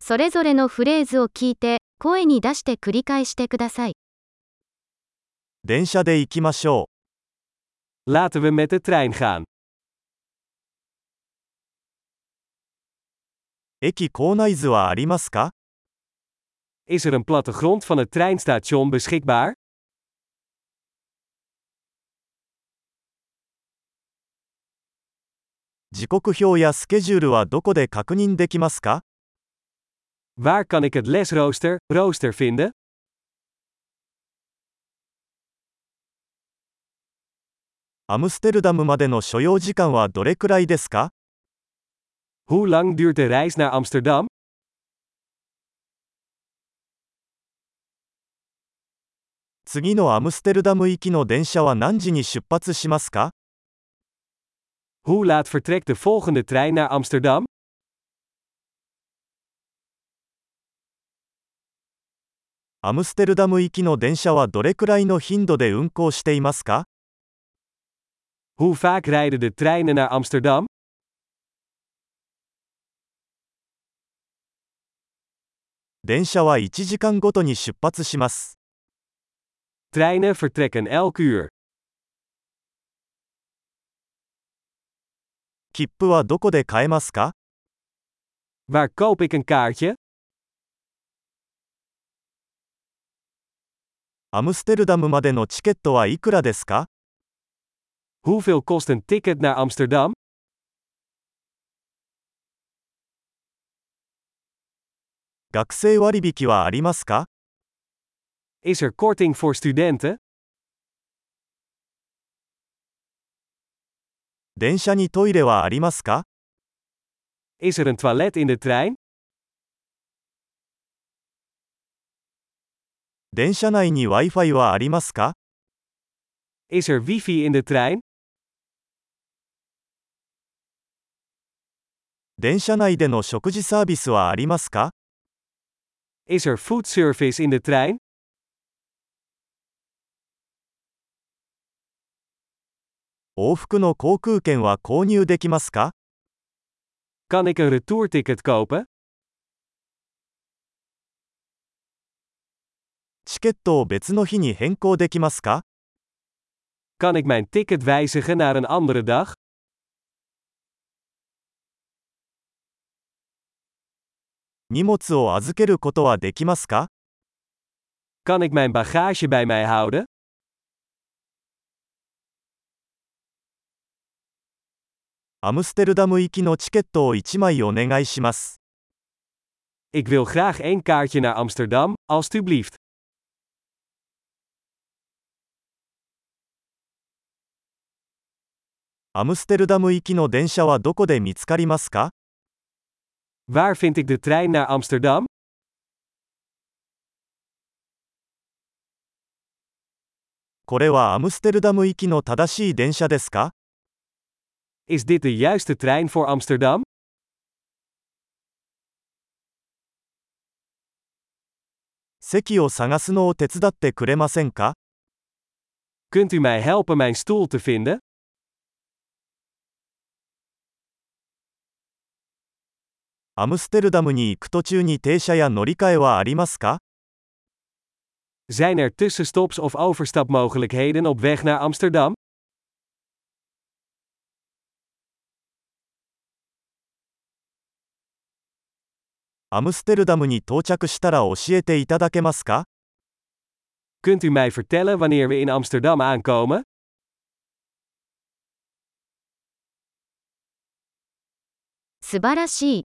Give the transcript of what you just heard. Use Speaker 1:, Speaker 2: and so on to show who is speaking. Speaker 1: それぞれのフレーズを聞いて、声に出して繰り返してください。
Speaker 2: 電車で行きましょ
Speaker 3: Laten we met de trein gaan.
Speaker 2: う。駅構内図はありますか
Speaker 3: Is er een plattegrond van het treinstation beschikbaar?
Speaker 2: 時刻表やスケジュールはどこで確認できますか
Speaker 3: Waar kan ik het lesrooster, rooster vinden?
Speaker 2: アムステルダムまでの所要時間はどれくらいですか
Speaker 3: Hoe lang duurt de reis naar Amsterdam?
Speaker 2: 次のアムステルダム行きの電車は何時に出発しますか
Speaker 3: Hoe laat vertrekt de volgende trein naar Amsterdam?
Speaker 2: アムステルダム行きの電車はどれくらいの頻度で運行していますか
Speaker 3: Hoe vaak rijden de treinen naar Amsterdam?
Speaker 2: 電車は1時間ごとに出発します。
Speaker 3: Treinen vertrekken elk uur.
Speaker 2: 切符はどこで買えますか
Speaker 3: Waar koop ik een kaartje?
Speaker 2: アムステルダムまでのチケットはいくらですか
Speaker 3: Hoeveel kost een ticket naar Amsterdam?
Speaker 2: 学生割引はありますか
Speaker 3: Is er korting voor studenten?
Speaker 2: 電車にトイレはありますか
Speaker 3: Is er een toilet in de trein?
Speaker 2: 電車内に Wi-Fi はありますか
Speaker 3: Is er wifi in de trein?
Speaker 2: 電車内での食事サービスはありますか
Speaker 3: Is er foodservice in de trein?
Speaker 2: 往復の航空券は購入できますか
Speaker 3: Kan ik een retourticket kopen?
Speaker 2: チケットを別の日に変更できますか
Speaker 3: Kan ik mijn ticket wijzigen naar een andere dag?
Speaker 2: 荷物を預けることはできますか
Speaker 3: Kan ik mijn bagage bij mij houden?
Speaker 2: アムステルダム行きのチケットを1枚お願いします。
Speaker 3: Ik wil graag één kaartje naar Amsterdam, alstublieft.
Speaker 2: アムステルダム行きの電車はどこで見つかりますか
Speaker 3: Waar vind ik de trein naar Amsterdam?
Speaker 2: これはアムステルダム行きの正しい電車ですか
Speaker 3: Is dit de juiste trein voor Amsterdam?
Speaker 2: 席を探すのを手伝ってくれませんか
Speaker 3: Kunt u mij helpen mijn stoel te vinden?
Speaker 2: アムステルダムに行く途中に停車や乗り換えはありますか
Speaker 3: Zijn er tussenstops of overstapmogelijkheden op weg naar Amsterdam?
Speaker 2: アムステルダムに到着したら教えていただけますか
Speaker 3: Kunt u mij vertellen wanneer we in Amsterdam aankomen?
Speaker 1: 素晴らしい。